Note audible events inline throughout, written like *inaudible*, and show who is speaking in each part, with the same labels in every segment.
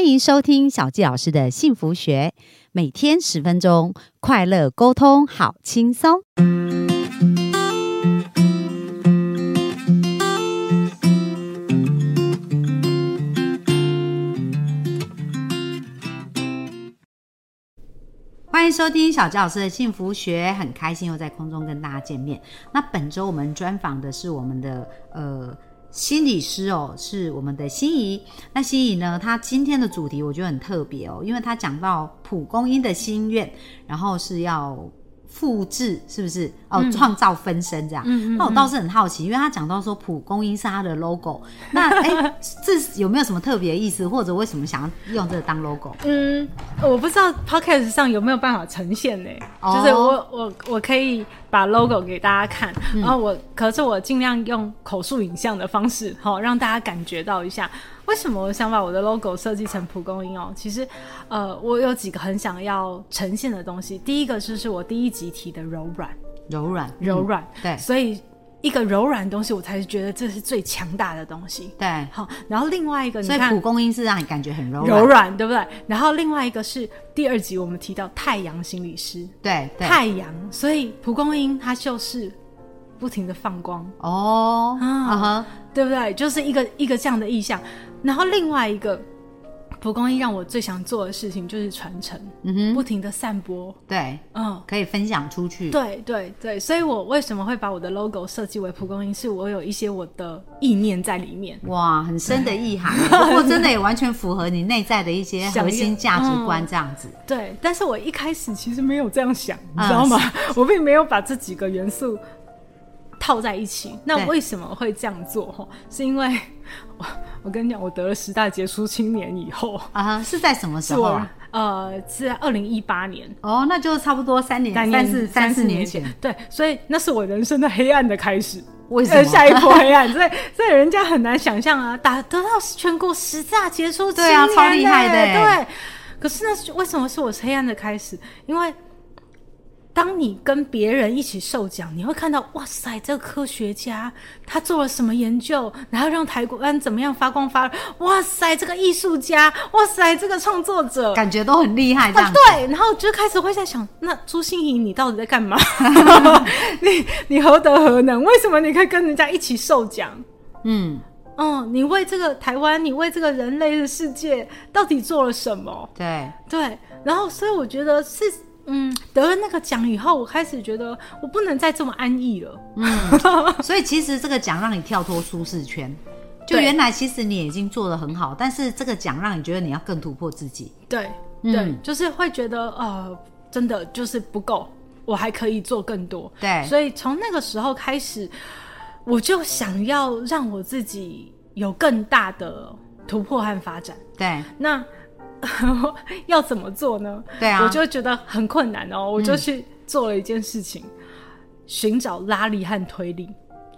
Speaker 1: 欢迎收听小纪老师的幸福学，每天十分钟，快乐沟通，好轻松。欢迎收听小纪老师的幸福学，很开心又在空中跟大家见面。那本周我们专访的是我们的呃。心理师哦，是我们的心仪。那心仪呢，她今天的主题我觉得很特别哦，因为她讲到蒲公英的心愿，然后是要复制，是不是？哦，
Speaker 2: 嗯
Speaker 1: 创造分身这样。
Speaker 2: 嗯嗯
Speaker 1: 那我倒是很好奇，因为她讲到说蒲公英是她的 logo，那
Speaker 2: *laughs*
Speaker 1: 哎，这有没有什么特别的意思，或者为什么想要用这个当 logo？
Speaker 2: 嗯，我不知道 podcast 上有没有办法呈现呢、
Speaker 1: 哦
Speaker 2: 就是我我我可以把 logo 给大家看，
Speaker 1: 嗯
Speaker 2: 然后我可是我尽量用口述影像的方式， *laughs* 好、让大家感觉到一下。为什么我想把我的 logo 设计成蒲公英哦？其实，呃，我有几个很想要呈现的东西。第一个就是我第一集提的柔软，
Speaker 1: 柔软，
Speaker 2: 柔软，
Speaker 1: 嗯对
Speaker 2: 所以一个柔软的东西，我才觉得这是最强大的东西。
Speaker 1: 嗯对，
Speaker 2: 好、然后另外一个，你
Speaker 1: 所以
Speaker 2: 看
Speaker 1: 蒲公英是让你感觉很柔软，
Speaker 2: 柔软，对不对？然后另外一个是第二集我们提到太阳心理师，
Speaker 1: 对对，
Speaker 2: 太阳，所以蒲公英它就是不停的放光，
Speaker 1: 哦，
Speaker 2: 啊
Speaker 1: 啊哈，
Speaker 2: 对不对？就是一个一个这样的意象。然后另外一个蒲公英让我最想做的事情就是传承，
Speaker 1: 嗯哼，
Speaker 2: 不停的散播，
Speaker 1: 对，
Speaker 2: 嗯。
Speaker 1: 可以分享出去，
Speaker 2: 对对对，所以我为什么会把我的 logo 设计为蒲公英？是我有一些我的意念在里面。
Speaker 1: 哇，很深的意 *laughs* 涵，不过真的也完全符合你内在的一些核心价值观这样子。
Speaker 2: 对，但是我一开始其实没有这样想，你
Speaker 1: 啊
Speaker 2: 知道吗？ *laughs* 我并没有把这几个元素套在一起。那
Speaker 1: 对
Speaker 2: 为什么会这样做？吼是因为我我跟你讲，我得了十大杰出青年以后，
Speaker 1: *laughs* 啊哈，是在什么时
Speaker 2: 是
Speaker 1: 候
Speaker 2: 我
Speaker 1: 啊？
Speaker 2: 呃是在二零一八年。
Speaker 1: 哦，那就差不多三年、
Speaker 2: 概
Speaker 1: 三
Speaker 2: 念
Speaker 1: 四、三四年前。，
Speaker 2: 对，所以那是我人生的黑暗的开始，
Speaker 1: *laughs* 为什
Speaker 2: 呃，
Speaker 1: 么？
Speaker 2: 下
Speaker 1: *laughs*
Speaker 2: 一波黑暗，所以所以人家很难想象啊，打得到全国十大杰出青
Speaker 1: 对啊
Speaker 2: 年
Speaker 1: 超厉害的
Speaker 2: 欸
Speaker 1: 欸
Speaker 2: 对。可是那是为什么是我黑暗的开始？因为当你跟别人一起受奖，你会看到哇塞，这个科学家他做了什么研究，然后让台湾怎么样发光发热？哇塞，这个艺术家，哇塞，这个创作者，
Speaker 1: 感觉都很厉害这 *laughs*
Speaker 2: 啊，
Speaker 1: 样子。
Speaker 2: 对，然后就开始会在想，那朱心怡你到底在干
Speaker 1: *laughs*
Speaker 2: 嘛？你你何德何能？为什么你可以跟人家一起受奖？
Speaker 1: 嗯，
Speaker 2: 嗯，你为这个台湾，你为这个人类的世界到底做了什么？
Speaker 1: *laughs* 对，
Speaker 2: 对，然后所以我觉得是，嗯，得了那个奖以后，我开始觉得我不能再这么安逸了。
Speaker 1: 所以其实这个奖让你跳脱舒适圈。就
Speaker 2: 对
Speaker 1: 原来其实你已经做得很好，但是这个奖让你觉得你要更突破自己。
Speaker 2: 对，
Speaker 1: 嗯
Speaker 2: 对，就是会觉得呃，真的就是不够，我还可以做更多。
Speaker 1: 对
Speaker 2: 所以从那个时候开始，我就想要让我自己有更大的突破和发展。
Speaker 1: 对，
Speaker 2: 那 *laughs* 要怎么做呢？
Speaker 1: 对啊嗯
Speaker 2: 我就觉得很困难哦。我就去做了一件事情，寻找拉力和推力，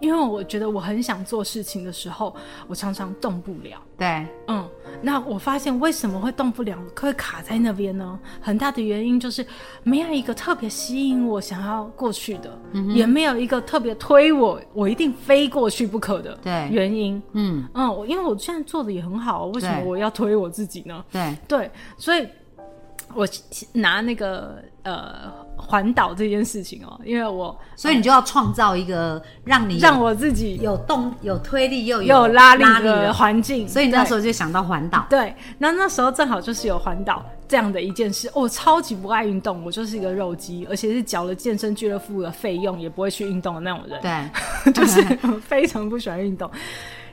Speaker 2: 因为我觉得我很想做事情的时候，我常常动不了。
Speaker 1: 对，
Speaker 2: 嗯，那我发现为什么会动不了，会卡在那边呢？很大的原因就是没有一个特别吸引我想要过去的，
Speaker 1: 嗯
Speaker 2: 也没有一个特别推我，我一定非过去不可的
Speaker 1: 对
Speaker 2: 原因。
Speaker 1: 嗯，
Speaker 2: 嗯，我因为我现在做的也很好，为什么
Speaker 1: 对
Speaker 2: 我要推我自己呢？
Speaker 1: 对，
Speaker 2: 对，所以我拿那个呃环岛这件事情哦，因为我
Speaker 1: 所以你就要创造一个让你有
Speaker 2: 让我自己
Speaker 1: 有动、有推力又
Speaker 2: 有
Speaker 1: 有
Speaker 2: 拉力
Speaker 1: 的
Speaker 2: 的环境，
Speaker 1: 所以你那
Speaker 2: 对
Speaker 1: 时候就想到环岛，
Speaker 2: 对，那那时候正好就是有环岛这样的一件事，我、超级不爱运动，我就是一个肉鸡，而且是缴了健身俱乐部的费用也不会去运动的那种人，
Speaker 1: 对，
Speaker 2: *laughs* 就是非常不喜欢运动。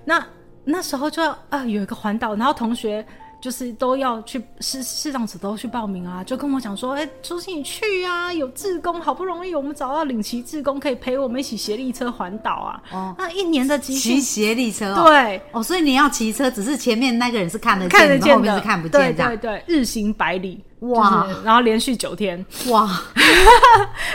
Speaker 2: 那那时候就要啊、有一个环岛，然后同学就是都要去市市长子都去报名啊，就跟我讲说，哎、朱心你去啊，有志工，好不容易我们找到领旗志工可以陪我们一起协力车环岛啊，
Speaker 1: 哦
Speaker 2: 那一年的集
Speaker 1: 骑
Speaker 2: 训，
Speaker 1: 斜力车哦，
Speaker 2: 对。
Speaker 1: 哦，所以你要骑车，只是前面那个人是看得
Speaker 2: 看得
Speaker 1: 你们后
Speaker 2: 见
Speaker 1: 面
Speaker 2: 的，
Speaker 1: 是看不见这
Speaker 2: 对对
Speaker 1: 样，
Speaker 2: 对，日行百里，
Speaker 1: 哇
Speaker 2: 就是然后连续九天，
Speaker 1: 哇，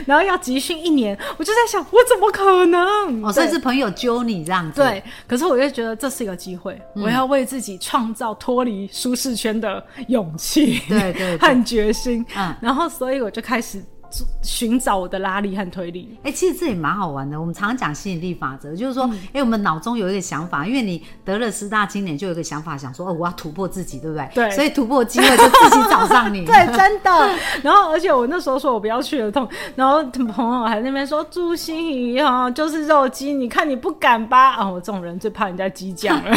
Speaker 2: 然后要集训一年，我就在想，我怎么可能？
Speaker 1: 哦，所以是朋友揪你这样子，
Speaker 2: 对。对，可是我就觉得这是一个机会，
Speaker 1: 嗯
Speaker 2: 我要为自己创造脱离舒适圈的勇气，
Speaker 1: 对对对
Speaker 2: *laughs* 和决心。
Speaker 1: 嗯
Speaker 2: 然后所以我就开始做寻找我的拉力和推力。
Speaker 1: 哎、其实这也蛮好玩的。我们常常讲吸引力法则，就是说，哎、
Speaker 2: 嗯
Speaker 1: 我们脑中有一个想法，因为你得了师大青年，就有一个想法，想说，哦，我要突破自己，对不对？
Speaker 2: 对
Speaker 1: 所以突破机会就自己找上你。
Speaker 2: *laughs* 对，真的。然后，而且我那时候说我不要去了痛，然后朋友还在那边说朱心怡哦，就是肉鸡，你看你不敢吧？啊、我这种人最怕人家激将了。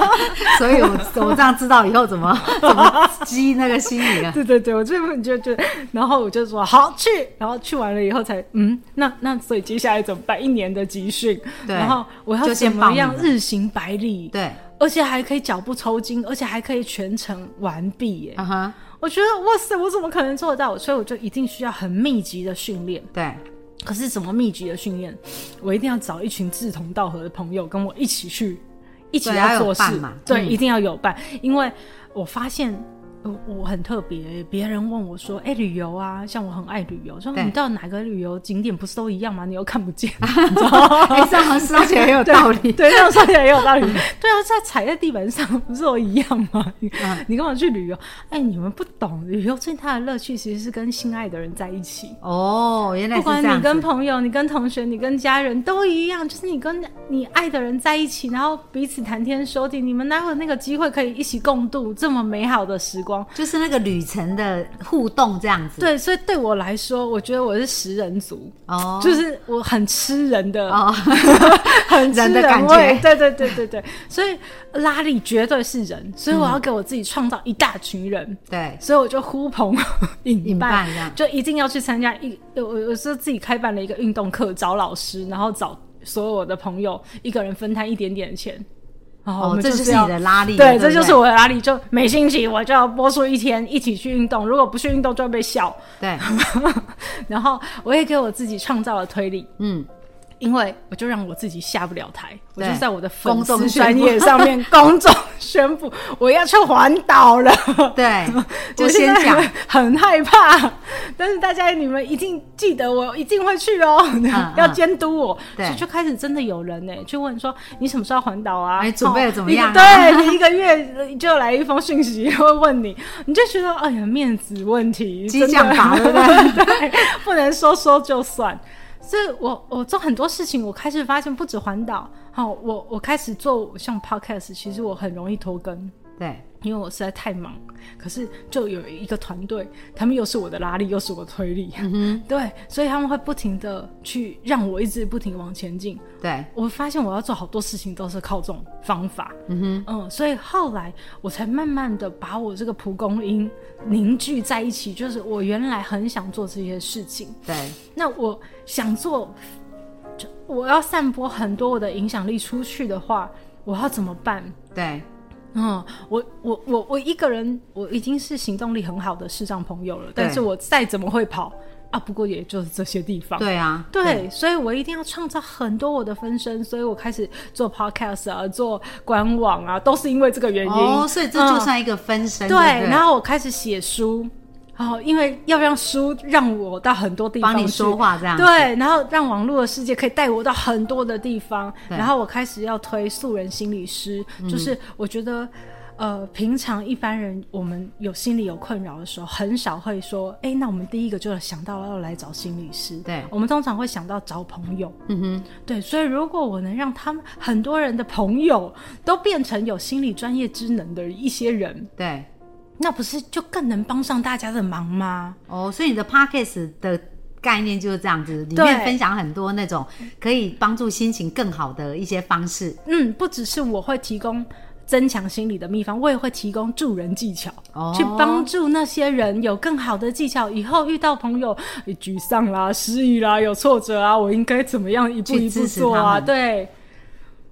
Speaker 2: *laughs*
Speaker 1: 所以我我这样知道以后怎么 *laughs* 怎么激那个心理了。
Speaker 2: 对对对，我最后就就，然后我就说好去，然后去完了以后才嗯，那那所以接下来怎么办？一年的集训，
Speaker 1: 对
Speaker 2: 然后我要
Speaker 1: 就先
Speaker 2: 怎么样
Speaker 1: 报名
Speaker 2: 日行百里，
Speaker 1: 对，
Speaker 2: 而且还可以脚不抽筋，而且还可以全程完毕耶。
Speaker 1: 嗯哼，
Speaker 2: 我觉得哇塞，我怎么可能做得到？所以我就一定需要很密集的训练。
Speaker 1: 对，
Speaker 2: 可是怎么密集的训练？我一定要找一群志同道合的朋友跟我一起去，一起
Speaker 1: 对要有
Speaker 2: 做事
Speaker 1: 伴嘛
Speaker 2: 对，
Speaker 1: 嗯
Speaker 2: 一定要有伴，因为我发现。呃我很特别，别人问我说：“哎、旅游啊，像我很爱旅游，说
Speaker 1: 对
Speaker 2: 你到哪个旅游景点不是都一样吗？你又看不见，
Speaker 1: 哎、这样好像是而且很有道理。
Speaker 2: 对，这样说起来也有道理。对啊，在踩在地板上不是都一样吗？你、你干嘛去旅游？哎、你们不懂，旅游最大的乐趣其实是跟心爱的人在一起。
Speaker 1: 哦，原来
Speaker 2: 不
Speaker 1: 是这
Speaker 2: 管
Speaker 1: 样
Speaker 2: 你跟
Speaker 1: 子。
Speaker 2: 朋友、你跟同学、你跟家人都一样，就是你跟你爱的人在一起，然后彼此谈天说地，你们哪有那个机会可以一起共度这么美好的时光？
Speaker 1: 就是那个旅程的互动这样子，，
Speaker 2: 对，所以对我来说，我觉得我是食人族，
Speaker 1: 哦，
Speaker 2: 就是我很吃人的，
Speaker 1: 哦，
Speaker 2: *laughs* 很吃
Speaker 1: 人的感
Speaker 2: 味
Speaker 1: 觉
Speaker 2: 对对对对对，所以拉力绝对是人，所
Speaker 1: 嗯
Speaker 2: 以我要给我自己创造一大群人。
Speaker 1: 对，
Speaker 2: 所以我就呼朋 *laughs* 引
Speaker 1: 引
Speaker 2: 伴
Speaker 1: 伴这样，
Speaker 2: 就一定要去参加一我我是自己开办了一个运动课，找老师，然后找所有我的朋友，一个人分摊一点点的钱，然后我
Speaker 1: 哦，
Speaker 2: 们
Speaker 1: 这
Speaker 2: 就
Speaker 1: 就是
Speaker 2: 要
Speaker 1: 你的拉力了，对
Speaker 2: 对，这
Speaker 1: 不
Speaker 2: 就是
Speaker 1: 对
Speaker 2: 我的拉力，就每星期我就要播出一天一起去运动，如果不去运动就会被笑。 *laughs*
Speaker 1: 对，
Speaker 2: 然后我也给我自己创造了推力，
Speaker 1: 嗯，
Speaker 2: 因为我就让我自己下不了台，我
Speaker 1: 对
Speaker 2: 就在我的粉
Speaker 1: 公众
Speaker 2: 丝
Speaker 1: 宣
Speaker 2: 专
Speaker 1: 布
Speaker 2: 业上面公众宣布我要去环
Speaker 1: *laughs*
Speaker 2: 岛了。 *laughs*
Speaker 1: 对，就
Speaker 2: 我现
Speaker 1: 先
Speaker 2: 在
Speaker 1: 讲，
Speaker 2: *laughs* 很害怕， *laughs* 但是大家你们一定记得我一定会去哦， *laughs* 要监督我。
Speaker 1: 嗯对
Speaker 2: 所以就开始真的有人呢、去问说你什么时候要环岛啊？
Speaker 1: 哎准备得
Speaker 2: 哦
Speaker 1: 怎么样啊
Speaker 2: 一个对，你一个月 *laughs* 就来一封讯息会问你，你就觉得哎呀面子问题，
Speaker 1: 激
Speaker 2: 真的
Speaker 1: 将法对不对
Speaker 2: *laughs* 对不能说说就算。所以我我做很多事情，我开始发现不止环岛，好，我我开始做像 podcast，其实我很容易拖更。
Speaker 1: 对，
Speaker 2: 因为我实在太忙，可是就有一个团队，他们又是我的拉力，又是我的推力， *laughs* 对，所以他们会不停的去让我一直不停往前进。
Speaker 1: 对，
Speaker 2: 我发现我要做好多事情都是靠这种方法，嗯哼，嗯，所以后来我才慢慢的把我这个蒲公英凝聚在一起，就是我原来很想做这些事情，
Speaker 1: 对，
Speaker 2: 那我想做，就我要散播很多我的影响力出去的话，我要怎么办？
Speaker 1: 对，
Speaker 2: 嗯，我我我我一个人，我已经是行动力很好的视障朋友了，但是我再怎么会跑啊，不过也就是这些地方。
Speaker 1: 对啊，
Speaker 2: 对所以我一定要创造很多我的分身，所以我开始做 podcast 啊，做官网啊，都是因为这个原因。
Speaker 1: 哦，啊所以这就
Speaker 2: 嗯
Speaker 1: 算一个分身，
Speaker 2: 对
Speaker 1: 不
Speaker 2: 然后我开始写书，哦，因为要让书让我到很多地方
Speaker 1: 帮你
Speaker 2: 去
Speaker 1: 说话这样，，
Speaker 2: 对，然后让网络的世界可以带我到很多的地方。
Speaker 1: 对嗯
Speaker 2: 然后我开始要推素人心理师，就是我觉得。呃，平常一般人我们有心理有困扰的时候，很少会说，哎、那我们第一个就想到要来找心理师。
Speaker 1: 对
Speaker 2: 我们通常会想到找朋友。
Speaker 1: 嗯哼，
Speaker 2: 对，所以如果我能让他们很多人的朋友都变成有心理专业职能的一些人，
Speaker 1: 对，
Speaker 2: 那不是就更能帮上大家的忙吗？
Speaker 1: 哦，所以你的 podcast 的。概念就是这样子，里
Speaker 2: 对
Speaker 1: 面分享很多那种可以帮助心情更好的一些方式
Speaker 2: 嗯，不只是我会提供增强心理的秘方，我也会提供助人技巧，
Speaker 1: 哦，
Speaker 2: 去帮助那些人有更好的技巧。以后遇到朋友呃沮丧啦、失意啦、有挫折啊，我应该怎么样一步
Speaker 1: 去
Speaker 2: 一
Speaker 1: 支
Speaker 2: 步
Speaker 1: 持
Speaker 2: 做
Speaker 1: 他
Speaker 2: 啊？
Speaker 1: 们
Speaker 2: 对。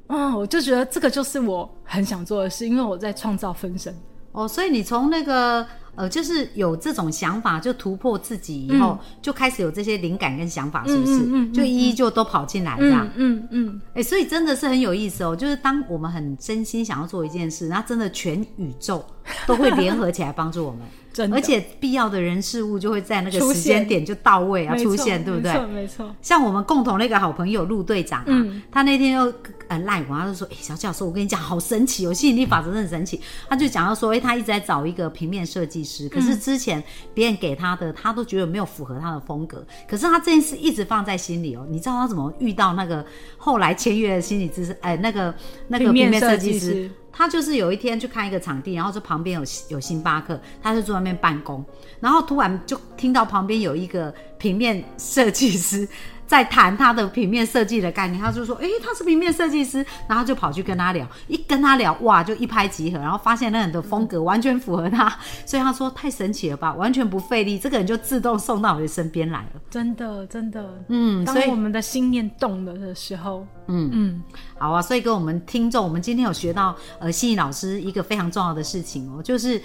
Speaker 2: 嗯，我就觉得这个就是我很想做的事，因为我在创造分身。
Speaker 1: 哦，所以你从那个呃，就是有这种想法，就突破自己以后，就开始有这些灵感跟想法，是不是？
Speaker 2: 嗯嗯嗯嗯嗯
Speaker 1: 就一一就都跑进来这样。
Speaker 2: 嗯嗯嗯，
Speaker 1: 哎、所以真的是很有意思哦。就是当我们很真心想要做一件事，那真的全宇宙 *laughs* 都会联合起来帮助我们，
Speaker 2: *laughs* 真的
Speaker 1: 而且必要的人事物就会在那个
Speaker 2: 出
Speaker 1: 时间
Speaker 2: 现
Speaker 1: 点就到位啊，
Speaker 2: 没
Speaker 1: 出
Speaker 2: 错
Speaker 1: 现，对不对
Speaker 2: 没？错，没错。
Speaker 1: 像我们共同的一个好朋友陆队长啊，
Speaker 2: 嗯
Speaker 1: 他那天又呃赖我，他就说：“哎、小教授，我跟你讲，好神奇哦，吸引力法则真的很神奇。”他就讲到说：“哎、他一直在找一个平面设计师，可是之前别人给他的，他都觉得没有符合他的风格。可是他这件事一直放在心里哦。你知道他怎么遇到那个后来签约的心理咨询？哎、那个那个
Speaker 2: 平
Speaker 1: 平
Speaker 2: 面
Speaker 1: 面设
Speaker 2: 设
Speaker 1: 计
Speaker 2: 计
Speaker 1: 师，
Speaker 2: 师
Speaker 1: 他就是有一天去看一个场地，然后这旁边有有星巴克，他就坐那边办公，然后突然就听到旁边有一个平面设计师在谈他的平面设计的概念，他就说：“诶，他是平面设计师。”然后他就跑去跟他聊，一跟他聊，哇，就一拍即合，然后发现那人的风格完全符合他，所以他说太神奇了吧，完全不费力，这个人就自动送到我的身边来了。
Speaker 2: 真的真的，
Speaker 1: 嗯，
Speaker 2: 当
Speaker 1: 所以
Speaker 2: 我们的心念动了的时候，嗯嗯，
Speaker 1: 好啊，所以跟我们听众，我们今天有学到呃，心理老师一个非常重要的事情哦，就是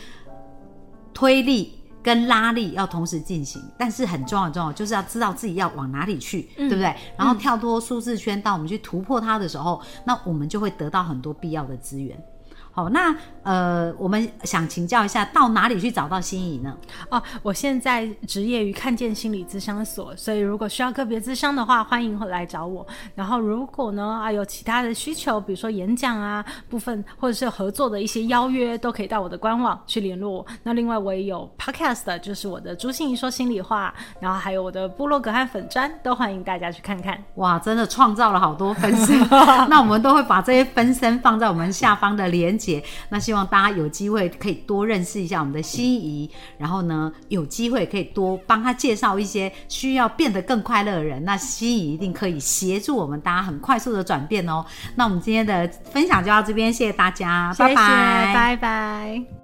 Speaker 1: 推力跟拉力要同时进行，但是很重要很重要，就是要知道自己要往哪里去，对不对？然后跳脱舒适圈，当我们去突破它的时候，那我们就会得到很多必要的资源。好，那呃，我们想请教一下，到哪里去找到心仪呢？
Speaker 2: 哦，我现在职业于看见心理咨商所，所以如果需要个别咨商的话，欢迎来找我。然后如果呢啊有其他的需求，比如说演讲啊部分，或者是合作的一些邀约，都可以到我的官网去联络我。那另外我也有 podcast，就是我的朱心怡说心里话，然后还有我的部落格和粉砖，都欢迎大家去看看。
Speaker 1: 哇，真的创造了好多分身。 *laughs* 那我们都会把这些分身放在我们下方的连结。那希望大家有机会可以多认识一下我们的心仪，然后呢，有机会可以多帮他介绍一些需要变得更快乐的人。那心仪一定可以协助我们大家很快速的转变哦。那我们今天的分享就到这边，谢谢大家，
Speaker 2: 谢谢，
Speaker 1: 拜拜
Speaker 2: 拜拜